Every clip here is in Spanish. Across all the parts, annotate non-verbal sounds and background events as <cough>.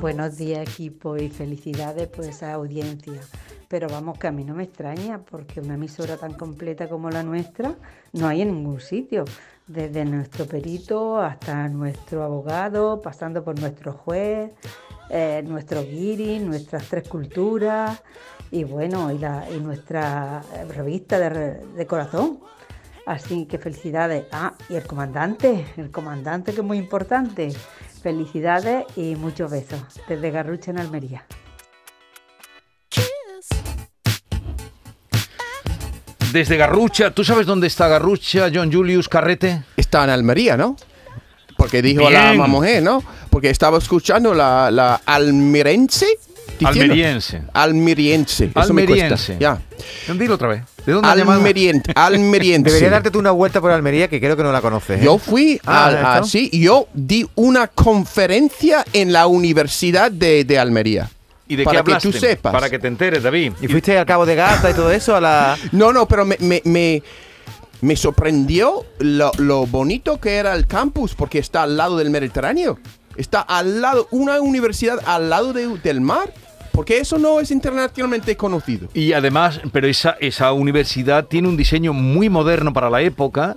Buenos días equipo y felicidades por esa audiencia. Pero vamos que a mí no me extraña porque una emisora tan completa como la nuestra no hay en ningún sitio. Desde nuestro perito hasta nuestro abogado, pasando por nuestro juez, eh, nuestro guiri, nuestras tres culturas y bueno, y, la, y nuestra revista de, re- de corazón. Así que felicidades. Ah, y el comandante, el comandante que es muy importante. Felicidades y muchos besos desde Garrucha en Almería. Desde Garrucha, ¿tú sabes dónde está Garrucha, John Julius Carrete? Está en Almería, ¿no? Porque dijo la Bien. mujer, ¿no? Porque estaba escuchando la, la almirense. diciendo- Almeriense. Almeriense. Eso Almeriense. me cuesta. Dilo otra vez. ¿De Ya. dónde ha llamado? <laughs> Almeriente. Almeriense. Debería darte tú una vuelta por Almería, que creo que no la conoces. ¿eh? Yo fui Ah, al- ¿esto? así, yo di una conferencia en la Universidad de, de Almería. ¿Y de para qué hablaste? que tú sepas. Para que te enteres, David. ¿Y fuiste al Cabo de Gata y todo eso a la... No, no, pero me, me, me- me sorprendió lo, lo bonito que era el campus, porque está al lado del Mediterráneo. Está al lado, una universidad al lado de- del mar, porque eso no es internacionalmente conocido. Y además, pero esa, esa universidad tiene un diseño muy moderno para la época,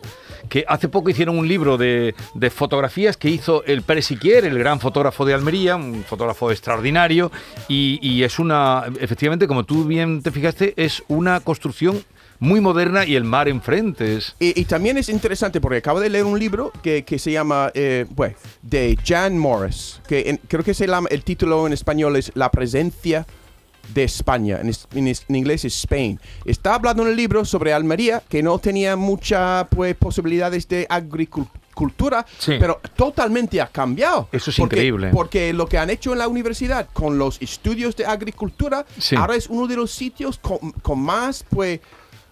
que hace poco hicieron un libro de, de fotografías que hizo el Pérez Siquier, el gran fotógrafo de Almería, un fotógrafo extraordinario, y, y es una, efectivamente, como tú bien te fijaste, es una construcción muy moderna y el mar enfrente es... Y, y también es interesante porque acabo de leer un libro que, que se llama, eh, bueno, de Jan Morris, que en- creo que se llama, el título en español es La presencia de España, en, es- en es- en inglés es Spain. Está hablando en el libro sobre Almería, que no tenía muchas pues, posibilidades de agricultura, Sí. pero totalmente ha cambiado. Eso es Porque- increíble. Porque lo que han hecho en la universidad con los estudios de agricultura, Sí. ahora es uno de los sitios con, con más, pues,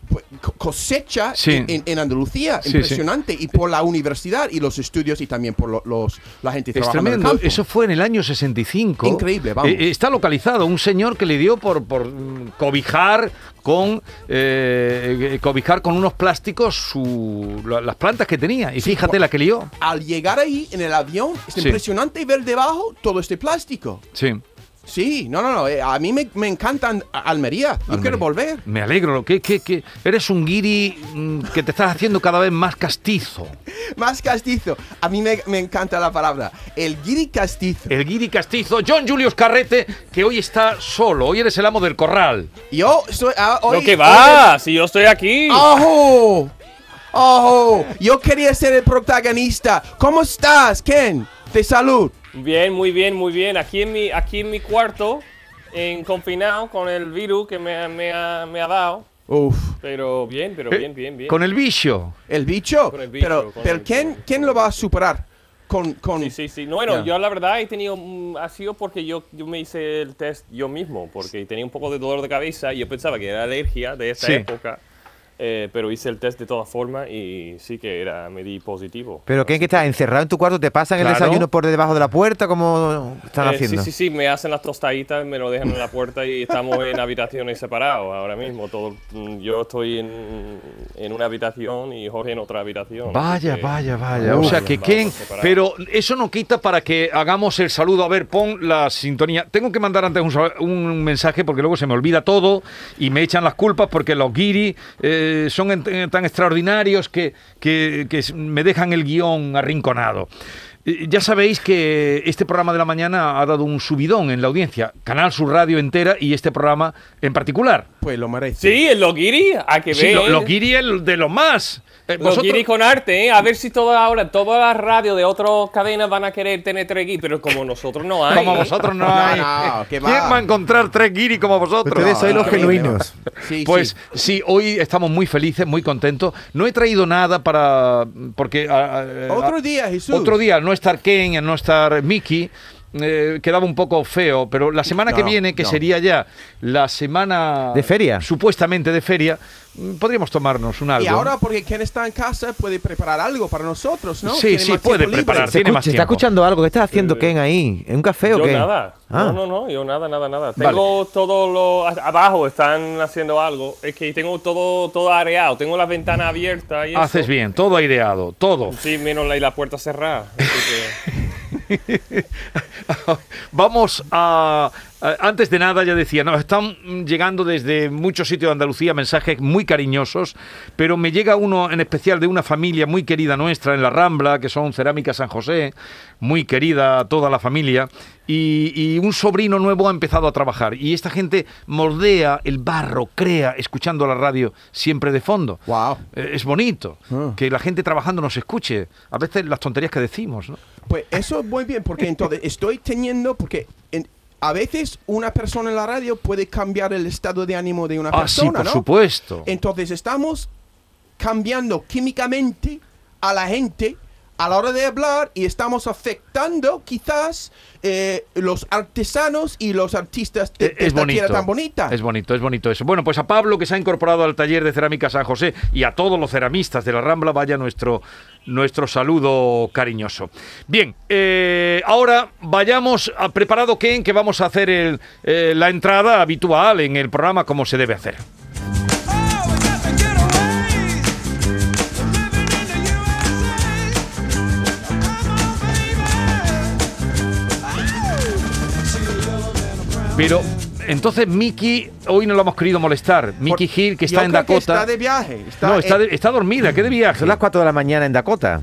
pues, co- cosecha Sí. en, en- en Andalucía, Sí, sí. impresionante, y por la universidad y los estudios y también por lo- los, la gente Es trabajando en el tremendo. campo. Eso fue en el año 65. Increíble, vamos. Eh, eh, está localizado un señor que le dio por, por mm, cobijar con eh, eh, cobijar con unos plásticos su- la- las plantas que tenía. Y fíjate la que lió. Al llegar ahí en el avión, es Sí. impresionante ver debajo todo este plástico. Sí. Sí, no, no, no, eh, a mí me, me encanta An- a- Almería, yo Almería. quiero volver. Me alegro. Que, que, que eres un guiri mm, que te estás haciendo cada vez más castizo. Más castizo, a mí me, me encanta la palabra, el guiri castizo. El guiri castizo, John Julius Carrete, que hoy está solo. Hoy eres el amo del corral. Yo soy... ah, hoy- Lo que hoy- va, si yo estoy aquí. Ah. ¡Ojo! ¡Ojo! Yo quería ser el protagonista. ¿Cómo estás, Ken? De salud. Bien, muy bien, muy bien. Aquí en mi, aquí en mi cuarto, en confinado con el virus que me, ha- me ha, me ha dado. Uf. Pero bien, pero Eh, bien, bien, bien. Con el bicho. El bicho. Con el bicho, pero, con pero el ¿quién, bicho. ¿quién lo va a superar? Con, con... Sí, sí, sí. No, bueno, Ya. yo la verdad he tenido, mm, ha sido porque yo, yo me hice el test yo mismo, porque tenía un poco de dolor de cabeza y yo pensaba que era alergia de esa Sí. época, eh, pero hice el test de todas formas y sí que era, me di positivo. Pero ¿qué que estás encerrado en tu cuarto? ¿Te pasan el Claro. desayuno por debajo de la puerta? ¿Cómo están Eh, sí, haciendo? sí, sí, me hacen las tostaditas, me lo dejan en la puerta y estamos en habitaciones separados ahora mismo. Todo, mm, yo estoy en, en una habitación y Jorge en otra habitación. así Vaya, que- vaya, vaya. o Uf. sea que Vamos Ken, separados. pero eso no quita para que hagamos el saludo. A ver, pon la sintonía. Tengo que mandar antes un, sal- un mensaje porque luego se me olvida todo y me echan las culpas porque los guiri eh, son en- eh, tan extraordinarios que, que- que s- me dejan el guión arrinconado. Eh, Ya sabéis que este programa de la mañana ha dado un subidón en la audiencia, Canal Sur Radio entera y este programa en particular. Pues lo merece. Sí, el Logiri, a que Sí, ve. lo- los ¿eh? guiri es de los más. Eh, Los vosotros- guiris con arte, ¿eh? A ver si toda ahora, todas las radios de otras cadenas van a querer tener tres guiris, pero como nosotros no hay. Como ¿eh? vosotros no <laughs> No, hay. no, ¿qué ¿Quién va? va a encontrar tres guiris como vosotros? Ustedes sois los no, no, no. genuinos. Ah, Sí, Pues sí. sí, hoy estamos muy felices, muy contentos. No he traído nada para. Porque. ah, ah, Otro ah, día, Jesús. Otro día, al no estar Ken, al no estar Mickey. eh, quedaba un poco feo, pero la semana que No, viene, que no. sería ya la semana... De feria. Supuestamente de feria, mm, podríamos tomarnos un algo. Y ahora, porque quien está en casa puede preparar algo para nosotros, ¿no? Sí, Tiene sí, más puede tiempo libre. preparar. Se, Tiene escucha- más se está tiempo. escuchando algo. ¿Qué está haciendo Eh, Ken ahí? ¿En un café yo o qué? nada. Ah. No, no, no, yo nada, nada, nada. Vale. Tengo todo lo. a- Abajo están haciendo algo. Es que tengo todo, todo areado. Tengo las ventanas abiertas y. eso. Ah, Haces bien, todo aireado, todo. Sí, menos la, y la puerta cerrada. Así <laughs> que- <laughs> Vamos a, a- Antes de nada, ya decía, nos están mm, llegando desde muchos sitios de Andalucía mensajes muy cariñosos, pero me llega uno en especial de una familia muy querida nuestra en la Rambla, que son Cerámica San José, muy querida a toda la familia, y, y un sobrino nuevo ha empezado a trabajar. Y esta gente moldea el barro, crea, escuchando la radio siempre de fondo. Guau. Eh, Es bonito Ah. que la gente trabajando nos escuche. A veces las tonterías que decimos, ¿no? Pues eso es muy bien, porque <laughs> entonces estoy teniendo, porque en- a veces una persona en la radio puede cambiar el estado de ánimo de una Ah, sí, persona, por ¿no? supuesto. Entonces estamos cambiando químicamente a la gente a la hora de hablar y estamos afectando quizás eh, los artesanos y los artistas de, Eh, de esta tierra tan bonita. Es bonito, es bonito eso. Bueno, pues a Pablo que se ha incorporado al taller de cerámica San José y a todos los ceramistas de la Rambla vaya nuestro, nuestro saludo cariñoso. Bien, eh, ahora vayamos a preparado Ken que vamos a hacer el, eh, la entrada habitual en el programa como se debe hacer. Oh, we got the getaways. We're living in the USA. Come on, baby. Oh. See a yellow man, a brown Pero entonces Mickey, hoy no lo hemos querido molestar. Mickey Por- Hill que yo está en creo que Dakota. está de viaje. Está no, está, en- de- está dormida, que de viaje. Son las 4 de la mañana en Dakota.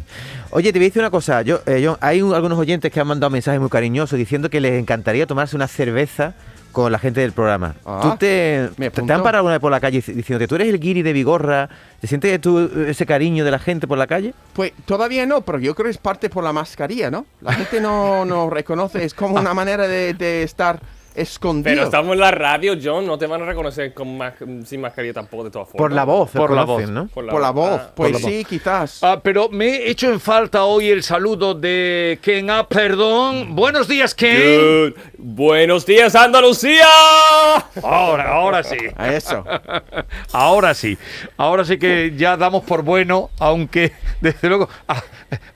Oye, te voy a decir una cosa. Yo, eh, John, hay un- algunos oyentes que han mandado mensajes muy cariñosos diciendo que les encantaría tomarse una cerveza con la gente del programa. Ah, ¿Tú te, me te- te apunto. han parado alguna vez por la calle diciéndote tú eres el guiri de Vigorra? ¿Te sientes tú ese cariño de la gente por la calle? Pues todavía no, pero yo creo que es parte por la mascarilla, ¿no? La gente no, no reconoce, es como una manera de, de estar escondido. Pero estamos en la radio, John. No te van a reconocer con mas- sin mascarilla tampoco, de todas formas. Por la voz, Por la reconocen, voz. ¿no? por la voz, Ah, pues por la sí, quizás. Ah, pero me he hecho en falta hoy el saludo de Ken. Ah, perdón. Buenos días, Ken. Good. Buenos días, Andalucía. Ahora, ahora sí. A eso. Ahora sí. Ahora sí que ya damos por bueno, aunque <laughs> desde luego ah,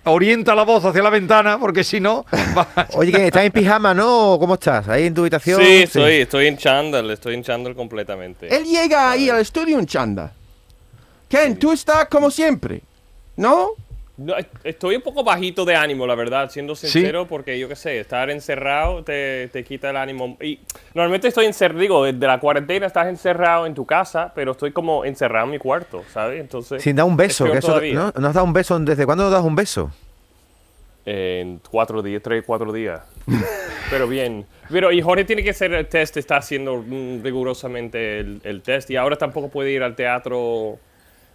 orienta la voz hacia la ventana, porque si no. <laughs> va- Oye, que estás en pijama, ¿no? ¿O ¿Cómo estás? ¿Ahí en tu habitación? Sí, estoy, estoy en chándal, estoy en chándal completamente. Él llega ahí al estudio en chanda. Ken, tú estás como siempre, ¿no? No, es- estoy un poco bajito de ánimo, la verdad, siendo sincero, porque yo qué sé, estar encerrado te, te quita el ánimo. Y normalmente estoy encerrado, digo, desde la cuarentena estás encerrado en tu casa, pero estoy como encerrado en mi cuarto, ¿sabes? Entonces. Sin dar un beso. es peor que eso- todavía. ¿no? ¿No has dado un beso? ¿Desde cuándo no das un beso? En cuatro días, tres, cuatro días. Pero bien. Pero y Jorge tiene que hacer el test, está haciendo mm, rigurosamente el, el test y ahora tampoco puede ir al teatro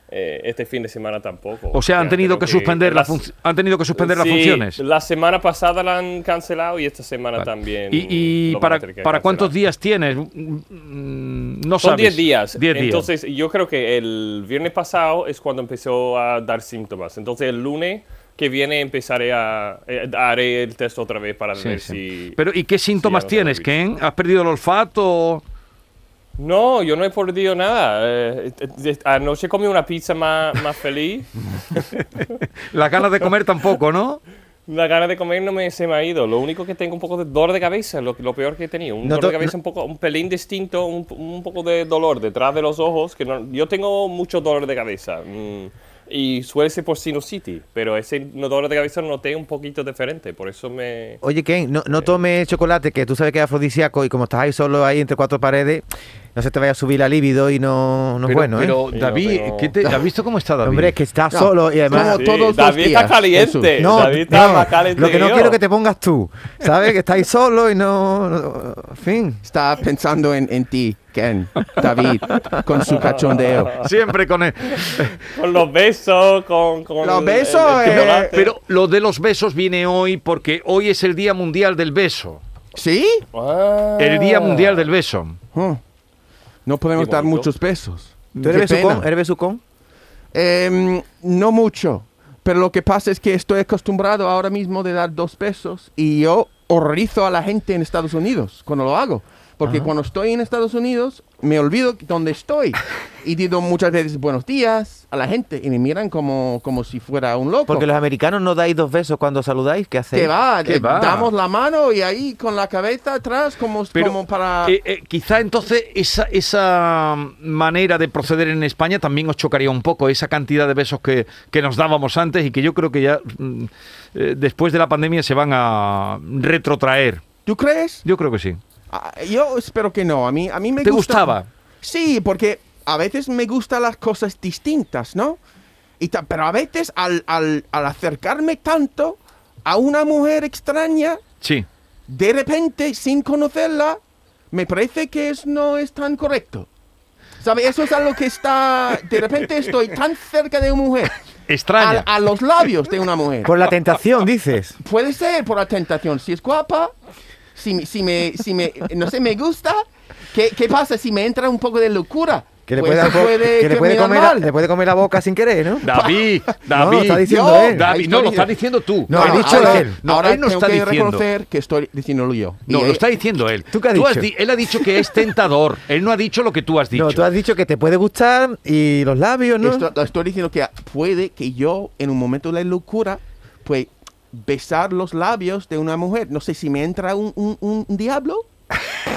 eh, este fin de semana tampoco. O sea, han tenido creo que suspender, la las- func- han tenido que suspender las Sí, funciones. La semana pasada la han cancelado y esta semana también. ¿Y, y lo van a para, tener que para cuántos cancelar. días tienes? Mm, No Son sabes. 10 días. 10 días. Entonces, yo creo que el viernes pasado es cuando empezó a dar síntomas. Entonces, el lunes que viene empezaré a. eh, haré el test otra vez para Sí, ver sí. si. Pero ¿y qué síntomas sí, ya lo tienes, sabéis. Ken? ¿Has perdido el olfato? No, yo no he perdido nada. Eh, eh, eh, anoche comí una pizza más, más feliz. Las ganas de comer tampoco, ¿no? La gana de comer no me, se me ha ido. Lo único que tengo un poco de dolor de cabeza, lo, lo peor que he tenido. Un No dolor de to- cabeza un poco, un pelín distinto, un, un poco de dolor detrás de los ojos. que no- Yo tengo mucho dolor de cabeza. mm, y suele ser por sinusitis, pero ese no- dolor de cabeza lo noté un poquito diferente. Por eso me... Oye, Ken, no, no tomes chocolate, que tú sabes que es afrodisíaco y como estás ahí solo ahí entre cuatro paredes, no se te vaya a subir la libido y no, no es pero, bueno, ¿eh? pero, Sí, no, David, pero- ¿qué te, ¿has visto cómo está David? Hombre, es que estás No, solo y además... como todos los David está días, caliente. Jesús. No, eh, David está no, más caliente lo que no yo. quiero es que te pongas tú, ¿sabes? Que estáis solo y no... no- en fin. Está pensando en, en ti, Ken, David, con su cachondeo. Siempre con él. Con los besos, con... con Los el- besos, el eh, chocolate. Pero lo de los besos viene hoy porque hoy es el Día Mundial del Beso. ¿Sí? Ah. El Día Mundial del Beso. Huh. No podemos Qué dar bonito. muchos besos. ¿Tú Qué eres pena. besucón? ¿Eres besucón? Em, no mucho. Pero lo que pasa es que estoy acostumbrado ahora mismo de dar dos besos y yo horrorizo a la gente en Estados Unidos cuando lo hago. Porque cuando estoy en Estados Unidos, me olvido dónde estoy. Y digo muchas veces buenos días a la gente y me miran como, como si fuera un loco. Porque los americanos no dais dos besos cuando saludáis, ¿qué hacéis? Que va, ¿Qué eh, va? damos la mano y ahí con la cabeza atrás como, Pero, como Ah. para... eh, eh, quizá entonces esa, esa manera de proceder en España también os chocaría un poco, esa cantidad de besos que, que nos dábamos antes y que yo creo que ya mm, eh, después de la pandemia se van a retrotraer. ¿Tú crees? Yo creo que sí. Ah, Yo espero que no. A mí, a mí me ¿Te gusta- gustaba? Sí, porque a veces me gustan las cosas distintas, ¿no? Y ta- pero a veces al, al- al acercarme tanto a una mujer extraña, Sí. de repente, sin conocerla, me parece que es, no es tan correcto. ¿Sabe? Eso es algo que está... De repente estoy tan cerca de una mujer. Extraña. A, a los labios de una mujer. Por la tentación, dices. Puede ser por la tentación. Si es guapa, si, me- si me, si me, no sé, me gusta, ¿qué, qué pasa si me entra un poco de locura? Que le Pues puede, dar eso po- que le puede terminar comer, la- mal. le puede comer la boca sin querer, ¿no? David, <laughs> No, lo David. está diciendo yo- él. David, no, lo Historia. estás diciendo tú. No, Él- ha dicho ahora, él. No, ahora él no tengo está que diciendo. reconocer que estoy diciéndolo yo. No, Y, lo eh, está diciendo él. ¿Tú qué has has dicho? di- él ha dicho que es tentador. Él no ha dicho lo que tú has dicho. No, tú has dicho que te puede gustar y los labios, ¿no? esto- lo estoy diciendo que puede que yo, en un momento de locura, pues besar los labios de una mujer. No sé si me entra un, un- un diablo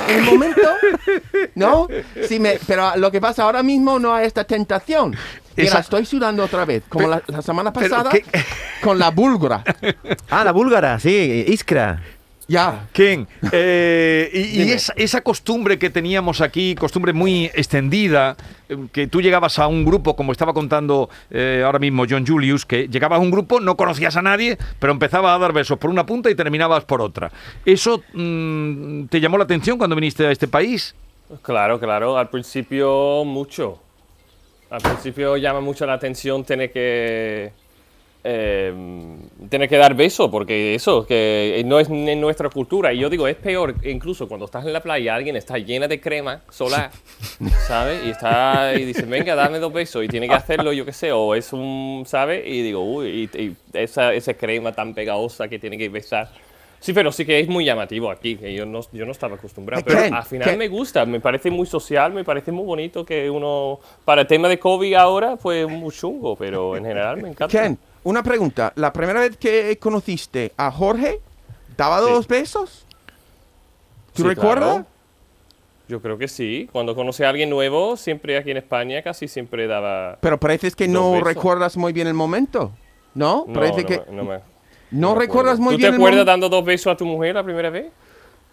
en el momento, ¿no? Si me, pero lo que pasa ahora mismo no hay esta tentación. Y Esa- la estoy sudando otra vez, como la, la semana pero pasada ¿qué? con la búlgara. Ah, la búlgara, sí, Iskra. Ya. <laughs> Ken, eh, y, y esa, esa costumbre que teníamos aquí, costumbre muy extendida, eh, que tú llegabas a un grupo, como estaba contando eh, ahora mismo John Julius, que llegabas a un grupo, no conocías a nadie, pero empezabas a dar besos por una punta y terminabas por otra. ¿Eso mm, te llamó la atención cuando viniste a este país? Claro, claro. Al principio mucho. Al principio llama mucho la atención tener que eh, tener que dar beso porque eso que eh, no es en nuestra cultura y yo digo es peor incluso cuando estás en la playa alguien está llena de crema solar ¿sabes? y está y dice venga dame dos besos y tiene que hacerlo yo qué sé o es un ¿sabes? y digo uy y, y esa, esa crema tan pegajosa que tiene que besar sí pero sí que es muy llamativo aquí que yo no yo no estaba acostumbrado pero Ken, al final Ken. me gusta me parece muy social me parece muy bonito que uno para el tema de COVID ahora fue muy chungo pero en general me encanta Ken, una pregunta. La primera vez que conociste a Jorge, ¿daba Sí. dos besos? ¿Tú Sí, recuerdas? claro. Yo creo que sí. Cuando conocí a alguien nuevo, siempre aquí en España casi siempre daba. Pero parece que Dos no besos. recuerdas muy bien el momento. ¿No? No, parece no que me- no me- no no me recuerdas acuerdo. muy ¿Tú bien te el acuerdas momen- dando dos besos a tu mujer la primera <laughs> vez?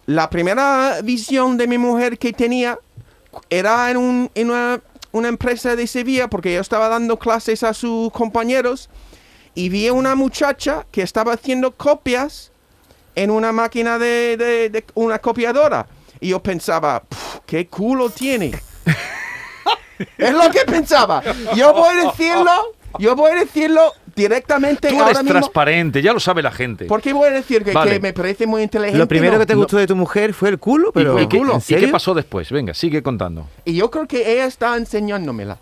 La primera visión de mi mujer que tenía era en, un- en una, una empresa de Sevilla porque yo estaba dando clases a sus compañeros y vi a una muchacha que estaba haciendo copias en una máquina de, de- de una copiadora. Y yo pensaba, "Pf, ¿qué culo <laughs> tiene? es lo que pensaba. Yo voy a decirlo, yo voy a decirlo directamente Tú ahora eres mismo. transparente, ya lo sabe la gente. ¿Por qué voy a decir que, Vale. que me parece muy inteligente? Lo primero No. que te gustó de tu mujer fue el culo, pero. fue el culo. ¿En ¿Y qué serio? pasó después? Venga, sigue contando. Y yo creo que ella está enseñándomela.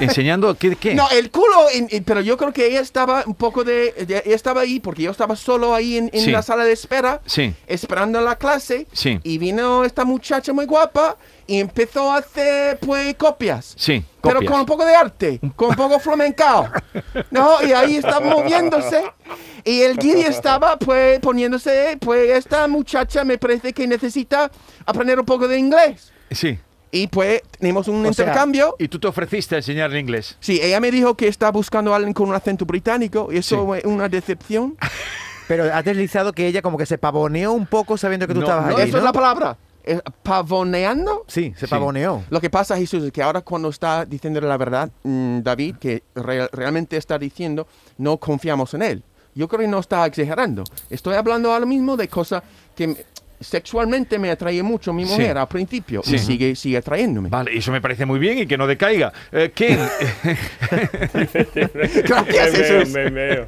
¿Enseñando qué? qué? No, el culo, en- en- pero yo creo que ella estaba un poco de, de- Ella estaba ahí porque yo estaba solo ahí en, en Sí. la sala de espera, Sí. esperando la clase. Sí. Y vino esta muchacha muy guapa y empezó a hacer, pues, copias. Sí, Pero copias. con un poco de arte, con un <laughs> poco flamencao. ¿No? Y ahí está moviéndose. Y el guiri estaba, pues, poniéndose, pues, esta muchacha me parece que necesita aprender un poco de inglés. Sí. Y pues tenemos un sea, intercambio. ¿Y tú te ofreciste a enseñarle inglés? Sí, ella me dijo que está buscando a alguien con un acento británico y eso Sí. es una decepción. Pero has deslizado que ella como que se pavoneó un poco sabiendo que <laughs> tú No, estabas No, allí, eso es ¿no? la palabra. Eh, ¿Pavoneando? Sí, se Sí. pavoneó. Lo que pasa, Jesús, es que ahora cuando está diciendo la verdad, mm, David, que re- realmente está diciendo, no confiamos en él. Yo creo que no está exagerando. Estoy hablando ahora mismo de cosas que me- sexualmente me atrae mucho mi Sí. mujer al principio Sí. y sigue, sigue atrayéndome. Vale, eso me parece muy bien y que no decaiga. Eh, Ken, <laughs> <laughs> Gracias, Jesús. Me meo, me meo.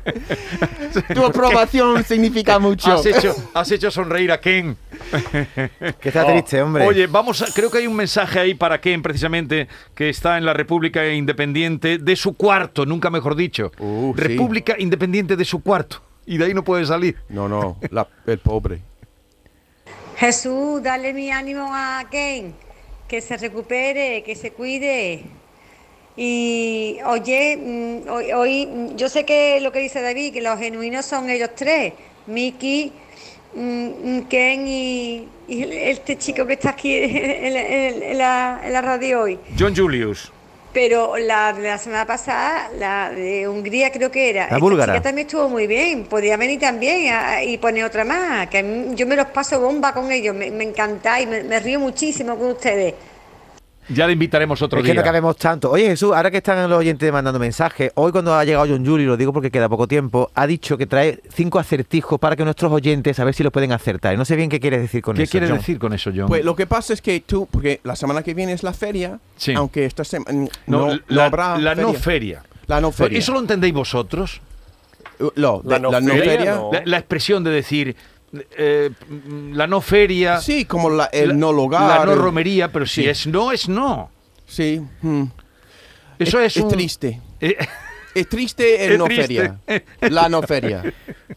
Tu aprobación significa <laughs> mucho. has hecho, has hecho sonreír a Ken. <laughs> Que está triste, hombre. Oh, Oye, vamos a, creo que hay un mensaje ahí para Ken, precisamente, que está en la República Independiente de su cuarto, nunca mejor dicho. Uh, sí. República Independiente de su cuarto. y de ahí no puede salir. <laughs> No, no, la- el pobre. Jesús, dale mi ánimo a Ken, que se recupere, que se cuide. Y oye, mm, hoy, hoy, mm, yo sé que lo que dice David, que los genuinos son ellos tres, Mickey, mm, mm, Ken y, y el- este chico que está aquí en la- en la- en la radio hoy. John Julius. Pero la de la semana pasada, la de Hungría creo que era. La esta búlgara. chica también estuvo muy bien. Podría venir también a- y poner otra más. Que a mí- yo me los paso bomba con ellos. Me, me encantáis. Me, me río muchísimo con ustedes. Ya le invitaremos otro es día. que no cabemos tanto. Oye, Jesús, ahora que están los oyentes mandando mensajes, hoy cuando ha llegado John Julie, lo digo porque queda poco tiempo, ha dicho que trae cinco acertijos para que nuestros oyentes a ver si los pueden acertar. Y no sé bien qué quieres decir con ¿Qué eso. quieres John. decir con eso, John? Pues lo que pasa es que tú, porque la semana que viene es la feria, Sí. aunque esta semana No, no, la, no habrá la no feria. feria. La no feria. ¿Eso lo entendéis vosotros? Eh, no, La de- no la no feria, feria. no. La, la expresión de decir eh, mm, la no feria, Sí, como la, el la, no lugar. la no el- romería, pero si Sí. es no, es no. Sí. mm. Eso es, un- triste. eh, <laughs> Es triste el Es no triste. feria. La no feria.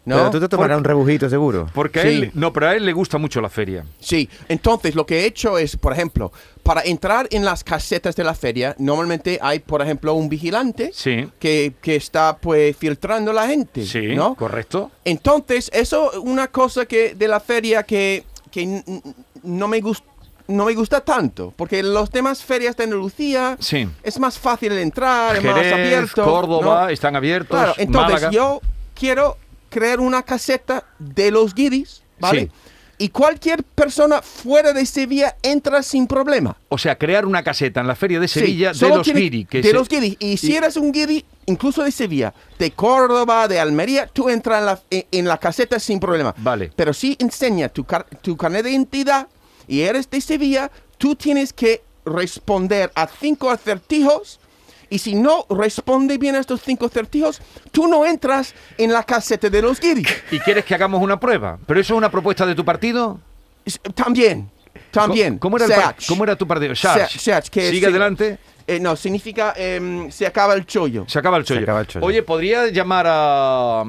¿No? Pero tú te tomarás un rebujito, seguro. porque a Sí. él, no, pero a él le gusta mucho la feria. Sí, entonces lo que he hecho es, por ejemplo, para entrar en las casetas de la feria, normalmente hay, por ejemplo, un vigilante Sí. que, que está pues filtrando la gente, Sí, ¿no? correcto. Entonces, eso es una cosa que de la feria que, que n- n- no me gusta. No me gusta tanto, porque las demás ferias de Andalucía Sí. es más fácil entrar, es más Jerez, abierto. Córdoba ¿no? están abiertos. Claro, entonces Málaga. yo quiero crear una caseta de los guiris, ¿vale? Sí. Y cualquier persona fuera de Sevilla entra sin problema. O sea, crear una caseta en la feria de Sí, Sevilla de solo los tiene- guiri. que de se- los guiris. Y si eres un guiri, incluso de Sevilla, de Córdoba, de Almería, tú entras en la, en- en la caseta sin problema. Vale. Pero si enseña tu, car- tu carnet de identidad y eres de Sevilla, tú tienes que responder a cinco acertijos. Y si no responde bien a estos cinco acertijos, tú no entras en la caseta de los guiris. ¿Y quieres que hagamos una prueba? ¿Pero eso es una propuesta de tu partido? Es- También, también. ¿Cómo, cómo era, el par- Seach. cómo era tu partido? Seach, Sarch. Seach, que Sigue se- adelante. eh, no, significa em, se acaba el chollo. Se acaba el chollo. acaba el chollo. Oye, ¿podría llamar a,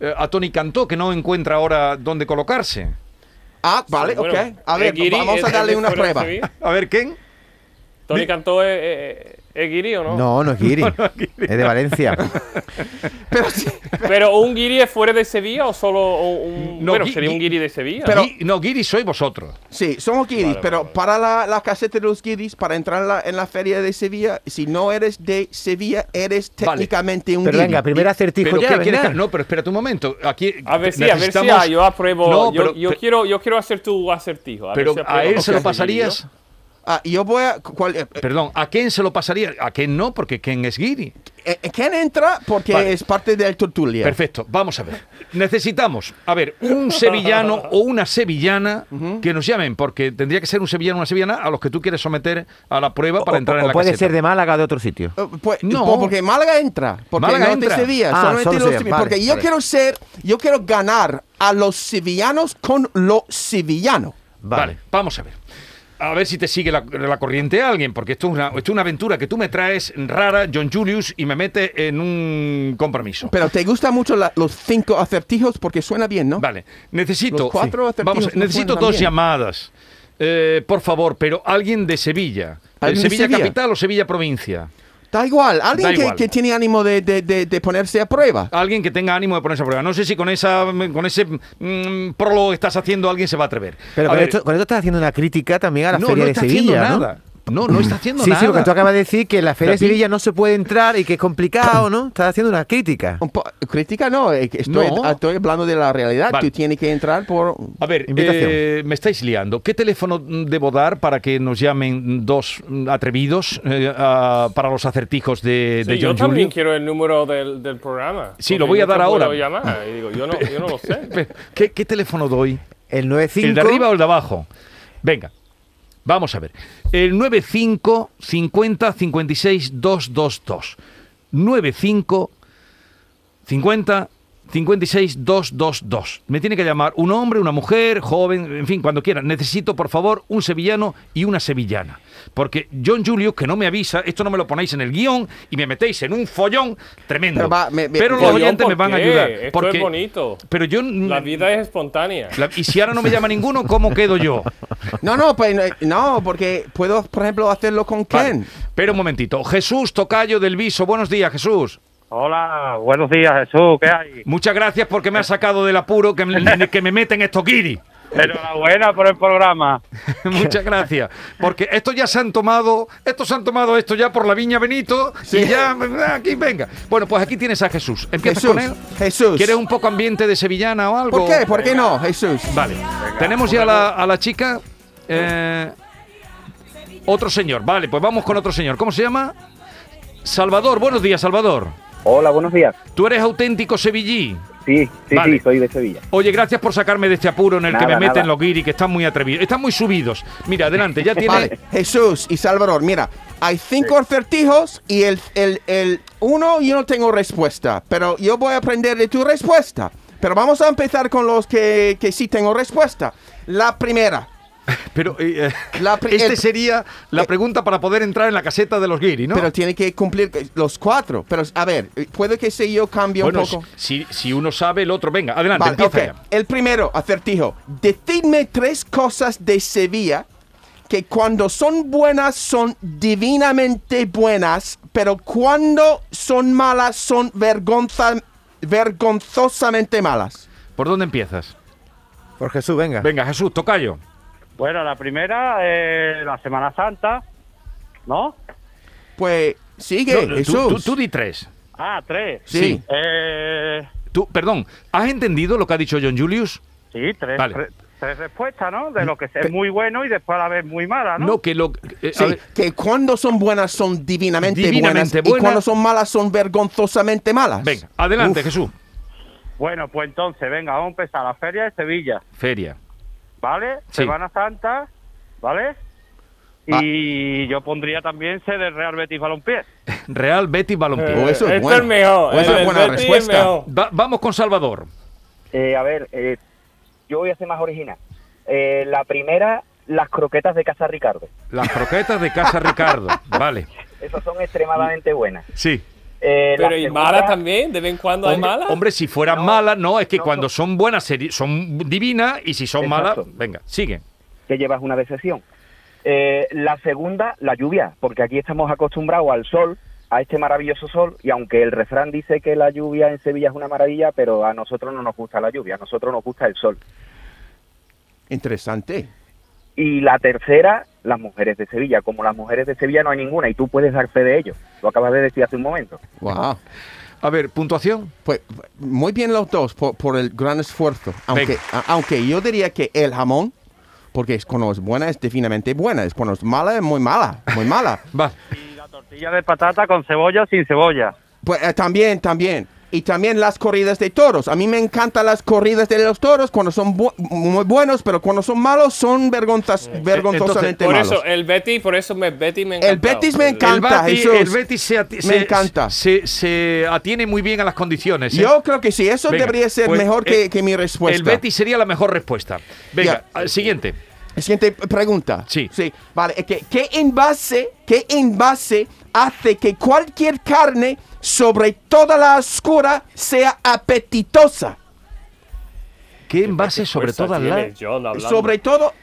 eh, a Tony Cantó, que no encuentra ahora dónde colocarse? Ah, vale, Bueno, ok. A eh, ver, Guiri, vamos a ¿es darle de una fuera de prueba. Sevilla? A ver, ¿quién? ¿Tony Cantó es, es- es guiri o no? <laughs> No, no es Guiri. Es de Valencia. Pero sí, ¿Pero un guiri es fuera de Sevilla o solo o un... No, bueno, gui- sería un gui- guiri de Sevilla. Pero- Gui- no, Guiri sois vosotros. sí, somos guiris, Vale, vale, pero vale. para la, la caseta de los guiris, para entrar en la, en la feria de Sevilla, si no eres de Sevilla, eres Vale. técnicamente un Pero guiri. venga, primer acertijo ¿Pero ya, qué venga. quieres que- No, pero espérate un momento. Aquí a ver si, a ver si necesitamos- ah, yo apruebo. No, yo, pero- yo quiero, yo quiero hacer tu acertijo. A ver Pero si apruebo a él lo se que lo hace pasarías. Ah, yo voy a... cuál- eh, Perdón, ¿a quién se lo pasaría? ¿A quién no? Porque Ken es Guiri. eh, eh, ¿Quién entra? Porque Vale. es parte del tertulia. Perfecto, vamos a ver. Necesitamos, a ver, un <laughs> sevillano o una sevillana que nos llamen, porque tendría que ser un sevillano o una sevillana a los que tú quieres someter a la prueba para O- entrar o en la puede caseta. ser de Málaga o de otro sitio. Eh, Pues, No. po- porque Málaga entra, porque Málaga no entra. de Sevilla, Ah, solamente solo los Sevilla, sevi- vale, porque yo vale. quiero ser, yo quiero ganar a los sevillanos con lo sevillano. Vale. Vale. vamos a ver. A ver si te sigue la, la corriente alguien, porque esto es, una, esto es una aventura que tú me traes rara, John Julius, y me mete en un compromiso. Pero te gustan mucho la- los cinco acertijos porque suena bien, ¿no? Vale, necesito, Los cuatro sí. acertijos vamos, no necesito suenan dos bien. llamadas, Eh, por favor, pero alguien de Sevilla. Eh, ¿Alguien de Sevilla, Sevilla? capital o Sevilla provincia. Da igual, alguien Da que, igual. que tiene ánimo de, de- de- de ponerse a prueba. Alguien que tenga ánimo de ponerse a prueba. No sé si con esa con ese mm, prólogo que estás haciendo alguien se va a atrever. Pero A con ver, esto, con esto estás haciendo una crítica también a la no, Feria no de está haciendo Sevilla, ¿no? nada. No, no está haciendo Sí, nada. sí, porque tú acabas de decir que en la Feria de David. Sevilla no se puede entrar y que es complicado, ¿no? Estás haciendo una crítica. Un po- crítica no, eh, que estoy, No. estoy hablando de la realidad. Vale. Tú tienes que entrar por... A ver, Invitación. eh, me estáis liando. ¿Qué teléfono mm, debo dar para que nos llamen dos mm, atrevidos eh, a- para los acertijos de, Sí, de yo John también Julio? quiero el número del, del programa. Sí, porque lo voy a yo te dar ahora. Ah. puedo llamar, y digo, yo, no, yo no lo sé. Pero, ¿Qué, qué teléfono doy? El 95 ¿El de arriba o el de abajo? Venga, vamos a ver. El 95 50 56 222. 95 50 56222. Me tiene que llamar un hombre, una mujer, joven, en fin, cuando quiera. Necesito, por favor, un sevillano y una sevillana. Porque John Julius, que no me avisa, esto no me lo ponéis en el guión y me metéis en un follón tremendo. Pero va, me- me- Pero los ¿Follón oyentes me por van a qué? ayudar. Esto es porque, bonito. Pero yo... La vida es espontánea. la- y si ahora no me llama ninguno, ¿cómo quedo yo? No, no, pues no, no, porque puedo, por ejemplo, hacerlo con Vale, Ken. Pero un momentito. Jesús Tocayo del Viso. Buenos días, Jesús. Hola, buenos días, Jesús, ¿qué hay? Muchas gracias porque me has sacado del apuro que me, que me meten estos <laughs> guiris. Enhorabuena por el programa. Muchas gracias. Porque estos ya se han tomado, estos se han tomado esto ya por la viña Benito y ya aquí venga. Bueno, pues aquí tienes a Jesús. ¿Empiezas Jesús, con él? Jesús. ¿Quieres un poco ambiente de sevillana o algo? ¿Por qué? ¿Por qué no, Jesús? Vale. Tenemos ya a la, a la chica. eh, otro señor. Vale, pues vamos con otro señor. ¿Cómo se llama? Salvador. Buenos días, Salvador. Hola, buenos días. Tú eres auténtico sevillí. Sí, sí, Vale. sí, soy de Sevilla. Oye, gracias por sacarme de este apuro en el que Nada, me meten nada. los guiris, que están muy atrevidos. Están muy subidos. Mira, adelante, <laughs> ya tiene. Vale, Jesús y Salvador, mira, hay cinco acertijos y el, el, el uno yo no tengo respuesta, pero yo voy a aprender de tu respuesta. Pero vamos a empezar con los que, que sí tengo respuesta. La primera. Pero eh, eh, La pri- este el- eh, sería la pregunta para poder entrar en la caseta de los guiris, ¿no? Pero tiene que cumplir los cuatro. Pero a ver, puede que si yo cambie bueno, un poco. si, si uno sabe, el otro. Venga, adelante, Vale, empieza ok. El primero, acertijo. Decidme tres cosas de Sevilla que cuando son buenas son divinamente buenas, pero cuando son malas son vergonza- vergonzosamente malas. ya. ¿Por dónde empiezas? Por Jesús, venga. Venga, Jesús, tocayo. Bueno, la primera, eh, la Semana Santa, ¿no? Pues No, sigue, tú- Jesús. tú, tú di tres. Ah, tres. Sí. Eh, Tú, perdón, ¿has entendido lo que ha dicho John Julius? sí, tres, Vale. Mm, tres, tres respuestas, ¿no? De lo que es muy bueno y después a la vez muy Ah, mala, ¿no? que lo. eh, a Sí, ver, que cuando son buenas son divinamente, Divinamente buenas, buenas. y cuando son malas son vergonzosamente malas. venga, adelante, Uf, Jesús. Bueno, pues entonces, venga, vamos a empezar. La Feria de Sevilla, Feria. ¿vale? Sí. Semana Santa, ¿vale? Ah. Y yo pondría también sede del Real Betis Balompié. Real Betis Balompié. Oh, eso es Eh, Esto bueno. es mejor. Oh, eso el- es el buena Betis respuesta. es mejor. Va- vamos con Salvador. Eh, a ver, eh, yo voy a ser más original. Eh, la primera, las croquetas de Casa Ricardo. Las croquetas de <laughs> Casa Ricardo. Vale. Esas son extremadamente buenas. Sí. Eh, la Pero y segunda- mala también, de vez en cuando hay mala. Hombre, si fueran No, malas, no, es que no, cuando no. son buenas seri- son divinas y si son malas, Exacto. venga, sigue. Que llevas una decepción. Eh, la segunda, la lluvia, porque aquí estamos acostumbrados al sol, a este maravilloso sol, y aunque el refrán dice que la lluvia en Sevilla es una maravilla, pero a nosotros no nos gusta la lluvia, a nosotros nos gusta el sol. Interesante. Y la tercera, las mujeres de Sevilla. Como las mujeres de Sevilla no hay ninguna y tú puedes dar fe de ello. Lo acabas de decir hace un momento. Wow. A ver, puntuación. Pues muy bien los dos por, por el gran esfuerzo. Aunque, Venga. a- aunque yo diría que el jamón, porque es cuando es buena, es definitivamente buena. Es cuando es mala, es muy mala, <laughs> muy mala. Va. Y la tortilla de patata con cebolla o sin cebolla. pues eh, también, también. Y también las corridas de toros. A mí me encantan las corridas de los toros cuando son bu- muy buenos, pero cuando son malos son vergonzas, Eh, vergonzosamente por malos. eso, el Betis, por eso me, Betis me el encantado. Betis me El encanta, Betis, Jesús. el Betis se, ati- Me se- encanta. Se, se atiene muy bien a las condiciones. ¿eh? Yo creo que sí, eso Venga, debería ser pues, mejor que, eh, que mi respuesta. El Betis sería la mejor respuesta. Venga, Ya. al siguiente. Siguiente pregunta. Sí. Sí. Vale. es que- ¿Qué, envase, qué envase hace que cualquier carne, sobre toda la oscura, sea apetitosa? ¿Qué envase sobre Fuerza todas tiene las...? John hablando. Sobre todo,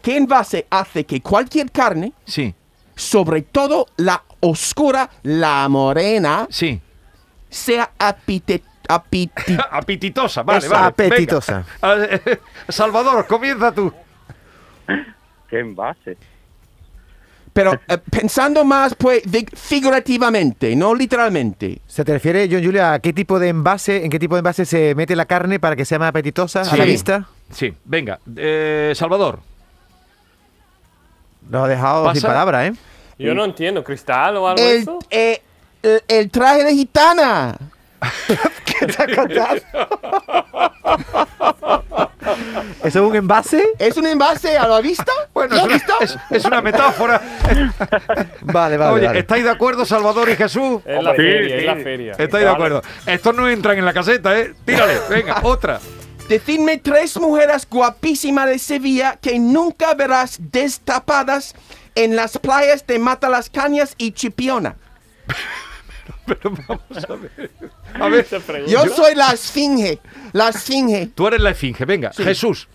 ¿qué envase hace que cualquier carne, Sí, sobre todo la oscura, la morena, <laughs> sí. sea apite, apeti- Apetitosa, vale, Es vale. venga. <laughs> Ah, apetitosa. Salvador, comienza tú. ¿Qué envase? Pero eh, pensando más pues, de- figurativamente, no literalmente. ¿Se te refiere, John Julia, a qué tipo de envase, en qué tipo de envase se mete la carne para que sea más apetitosa a la Sí. vista? Sí, venga. eh, Salvador. Lo ha dejado Pasa- sin palabras, <laughs> ¿eh? Yo no entiendo, ¿cristal o algo de El, eso? eh, el- el traje de gitana. ¿Eso es un envase? ¿Es un envase a la vista? Bueno, es una, es- es una metáfora. <laughs> Vale, vale. Oye, vale. ¿estáis de acuerdo, Salvador y Jesús? Es la Hombre, sí, feria, es la sí. feria. Estáis de acuerdo. Estos no entran en la caseta, ¿eh? Tírale, <laughs> venga, otra. Decidme tres mujeres guapísimas de Sevilla que nunca verás destapadas en las playas de Mata las Cañas y Chipiona. A ver, Esa pregunta. Yo soy la esfinge. La esfinge. tú eres la esfinge, venga. Jesús,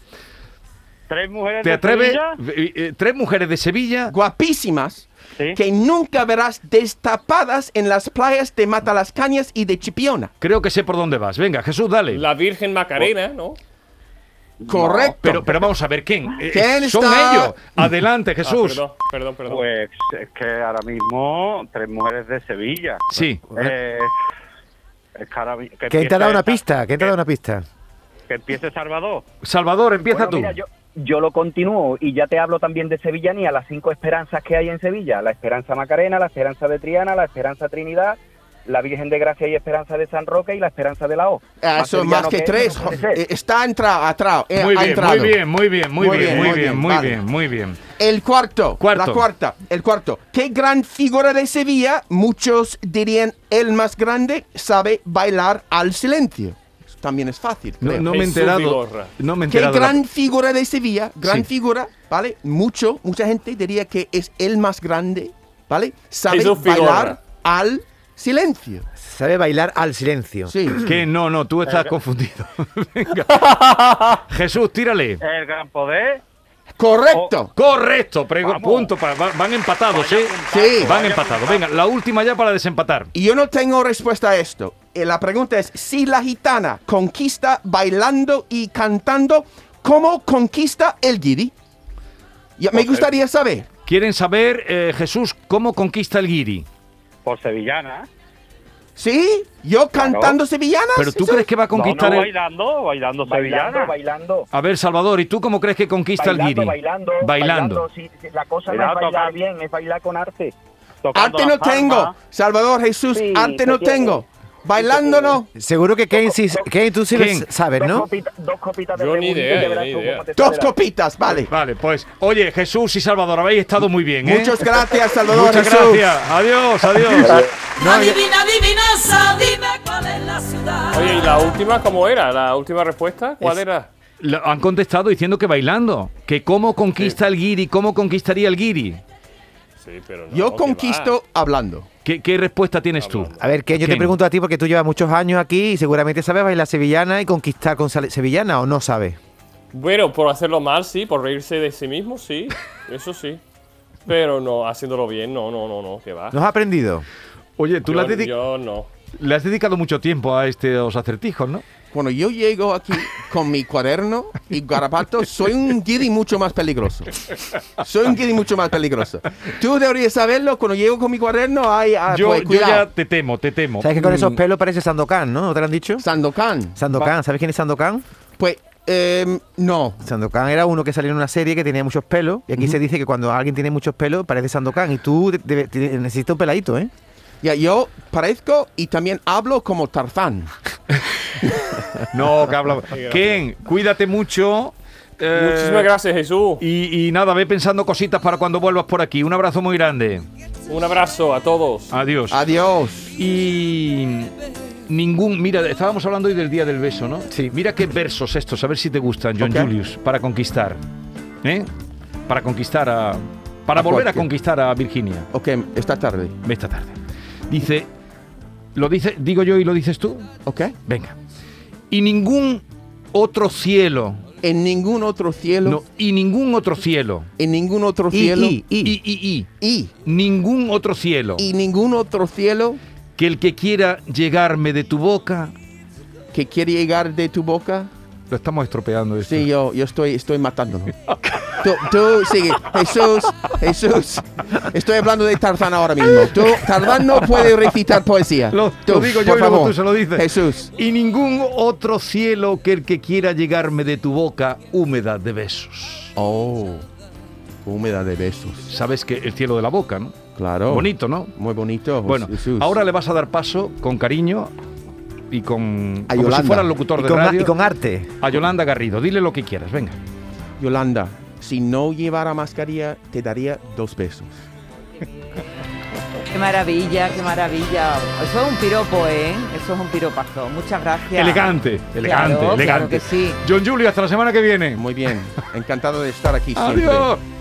¿Tres mujeres ¿te de atreves? Sevilla? eh, eh, Tres mujeres de Sevilla. Guapísimas Sí. que nunca verás destapadas en las playas de Mata las Cañas y de Chipiona. Creo que sé por dónde vas. Venga, Jesús, dale. La Virgen Macarena, ¿no? Correcto. Pero, pero vamos a ver quién. Eh, ¿Quién son está? ellos. Adelante, Ah, Jesús. perdón, perdón, perdón. Pues es que ahora mismo tres mujeres de Sevilla. sí. Eh, es que ahora mi- que ¿Quién te empiece ha dado una esta- pista? ¿Quién te ha dado una pista? Que empiece Salvador. Salvador, empieza Bueno, tú. mira, yo, yo lo continúo y ya te hablo también de Sevillanía, las cinco esperanzas que hay en Sevilla. La esperanza Macarena, la esperanza de Triana, la esperanza Trinidad, la Virgen de Gracia y Esperanza de San Roque y la esperanza de la O. Ah, Eso es más sevillano que es, tres. no jo- puede ser. eh, Está entrado, atrado. eh, Muy ha bien, entrado. muy bien, muy bien, muy bien, muy bien, muy vale. bien, muy bien. El cuarto, Cuarto. La cuarta. El cuarto. ¿Qué gran figura de Sevilla? Muchos dirían el más grande sabe bailar al silencio. Eso También es fácil. No, creo. no me he Jesús enterado. Vigorra. No me he ¿Qué enterado. de la- gran figura de Sevilla? Gran Sí. figura, ¿vale? Mucho, mucha gente diría que es el más grande, ¿vale? Sabe Jesús bailar Vigorra. al silencio. Sabe bailar al silencio. Sí. Que no, no, tú estás confundido. Venga. Jesús, tírale. El gran poder. Oh. Correcto. Correcto, prego- Vamos. punto. para- va- van empatados, ¿eh? Sí. Van empatados. Venga, la última ya para desempatar. Y yo no tengo respuesta a esto. Eh, La pregunta es, si la gitana conquista bailando y cantando, ¿cómo conquista el guiri? Ya, me gustaría saber. Quieren saber, eh, Jesús, cómo conquista el guiri. Por sevillana. ¿Sí? ¿Yo cantando sevillanas? Pero tú Eso- crees que va a conquistar No, no, el. bailando, bailando sevillana. Bailando, bailando. A ver, Salvador, ¿y tú cómo crees que conquista el Bailando, guiri? bailando, Bailando. sí, sí, la cosa Bailando, no es bailar tocar. bien, es bailar con arte. tocando Arte la no palma. tengo. Salvador Jesús, Sí, arte se no tiene. tengo. Sí, Bailando no. Seguro que Kane, sí- Kane, tú sí lo Kane. sabes, Dos, ¿no? copita- dos copitas de Yo ni rebujito y idea, ya verás ni tú idea. cómo te Dos saldrá. copitas, vale. Vale, pues, oye, Jesús y Salvador, habéis estado muy bien, ¿eh? Muchas gracias, Salvador Muchas Jesús. gracias. Adiós, adiós. Adivina, adivinanza, dime cuál es la ciudad. Oye, ¿y la última cómo era? ¿La última respuesta? ¿Cuál Es- era? Lo- han contestado diciendo que bailando. Que cómo conquista el guiri, cómo conquistaría el guiri. Sí, pero no, Yo que conquisto hablando. ¿Qué, qué respuesta tienes tú? A ver, Kane, yo Kane. te pregunto a ti porque tú llevas muchos años aquí y seguramente sabes bailar sevillana y conquistar con sale- sevillana o no sabes. va. Bueno, por hacerlo mal, sí, por reírse de sí mismo, sí, eso sí. Pero no, haciéndolo bien, no, no, no, no, que va. ¿No has aprendido? Oye, tú yo, le has, dedi- yo no. le has dedicado mucho tiempo a estos acertijos, ¿no? Cuando yo llego aquí Con mi cuaderno y garabato, soy un guiri mucho más peligroso. Soy un guiri mucho más peligroso. Tú deberías saberlo, cuando llego con mi cuaderno, hay... ah, yo, pues, yo ya cuidado. te temo, te temo. Mm. ¿Sabes que con esos pelos parece Sandokan, no? ¿No te lo han dicho? Sandokan. Sandokan, ¿sabes quién es Sandokan? Pues, em, no. Sandokan era uno que salió en una serie que tenía muchos pelos y aquí se dice que cuando alguien tiene muchos pelos parece Sandokan y tú de- de- te- necesitas un peladito, ¿eh? Ya, yo parezco y también hablo como Tarzán. No, que hablamos. Ken, cuídate mucho. eh, Muchísimas gracias, Jesús. Y, y nada, ve pensando cositas para cuando vuelvas por aquí. Un abrazo muy grande. Un abrazo a todos. Adiós. Adiós. Y ningún. Mira, estábamos hablando hoy del día del beso, ¿no? Sí. Mira qué versos estos, a ver si te gustan, John Ok. Julius, para conquistar. ¿Eh? Para conquistar a. Para ¿A volver a cuál? conquistar a Virginia. Ok, esta tarde. Ve esta tarde. Dice. Lo dice, digo yo y lo dices tú. Ok. Venga. Y ningún otro cielo. En ningún otro cielo. No, y ningún otro cielo. En ningún otro Y, cielo. y, y. Y, y, y. y. Ningún otro cielo. Y ningún otro cielo Que el que quiera llegarme de tu boca. que quiere llegar de tu boca. Lo estamos estropeando. esto. Sí, yo, yo estoy, <laughs> estoy matándolo. tú, tú sigue. Jesús, Jesús. Estoy hablando de Tarzán ahora mismo. Tú, Tarzán no puede recitar poesía. Lo, Tú, lo digo yo por y luego favor. tú se lo dices. Jesús. Y ningún otro cielo que el que quiera llegarme de tu boca húmeda de besos. Oh. Húmeda de besos. Sabes que el cielo de la boca, ¿no? Claro. Bonito, ¿no? Oh, Muy bonito. Bueno, Jesús. ahora le vas a dar paso con cariño y con A como si Yolanda. fuera el locutor Y de con a- radio y con arte. a Yolanda Garrido dile lo que quieras venga Yolanda, si no llevara mascarilla, te daría dos besos. Qué maravilla, qué maravilla. Eso es un piropo, ¿eh? Eso es un piropazo. Muchas gracias. elegante elegante Claro, claro elegante que sí. <laughs> John Julio hasta la semana que viene muy bien encantado de estar aquí adiós siempre.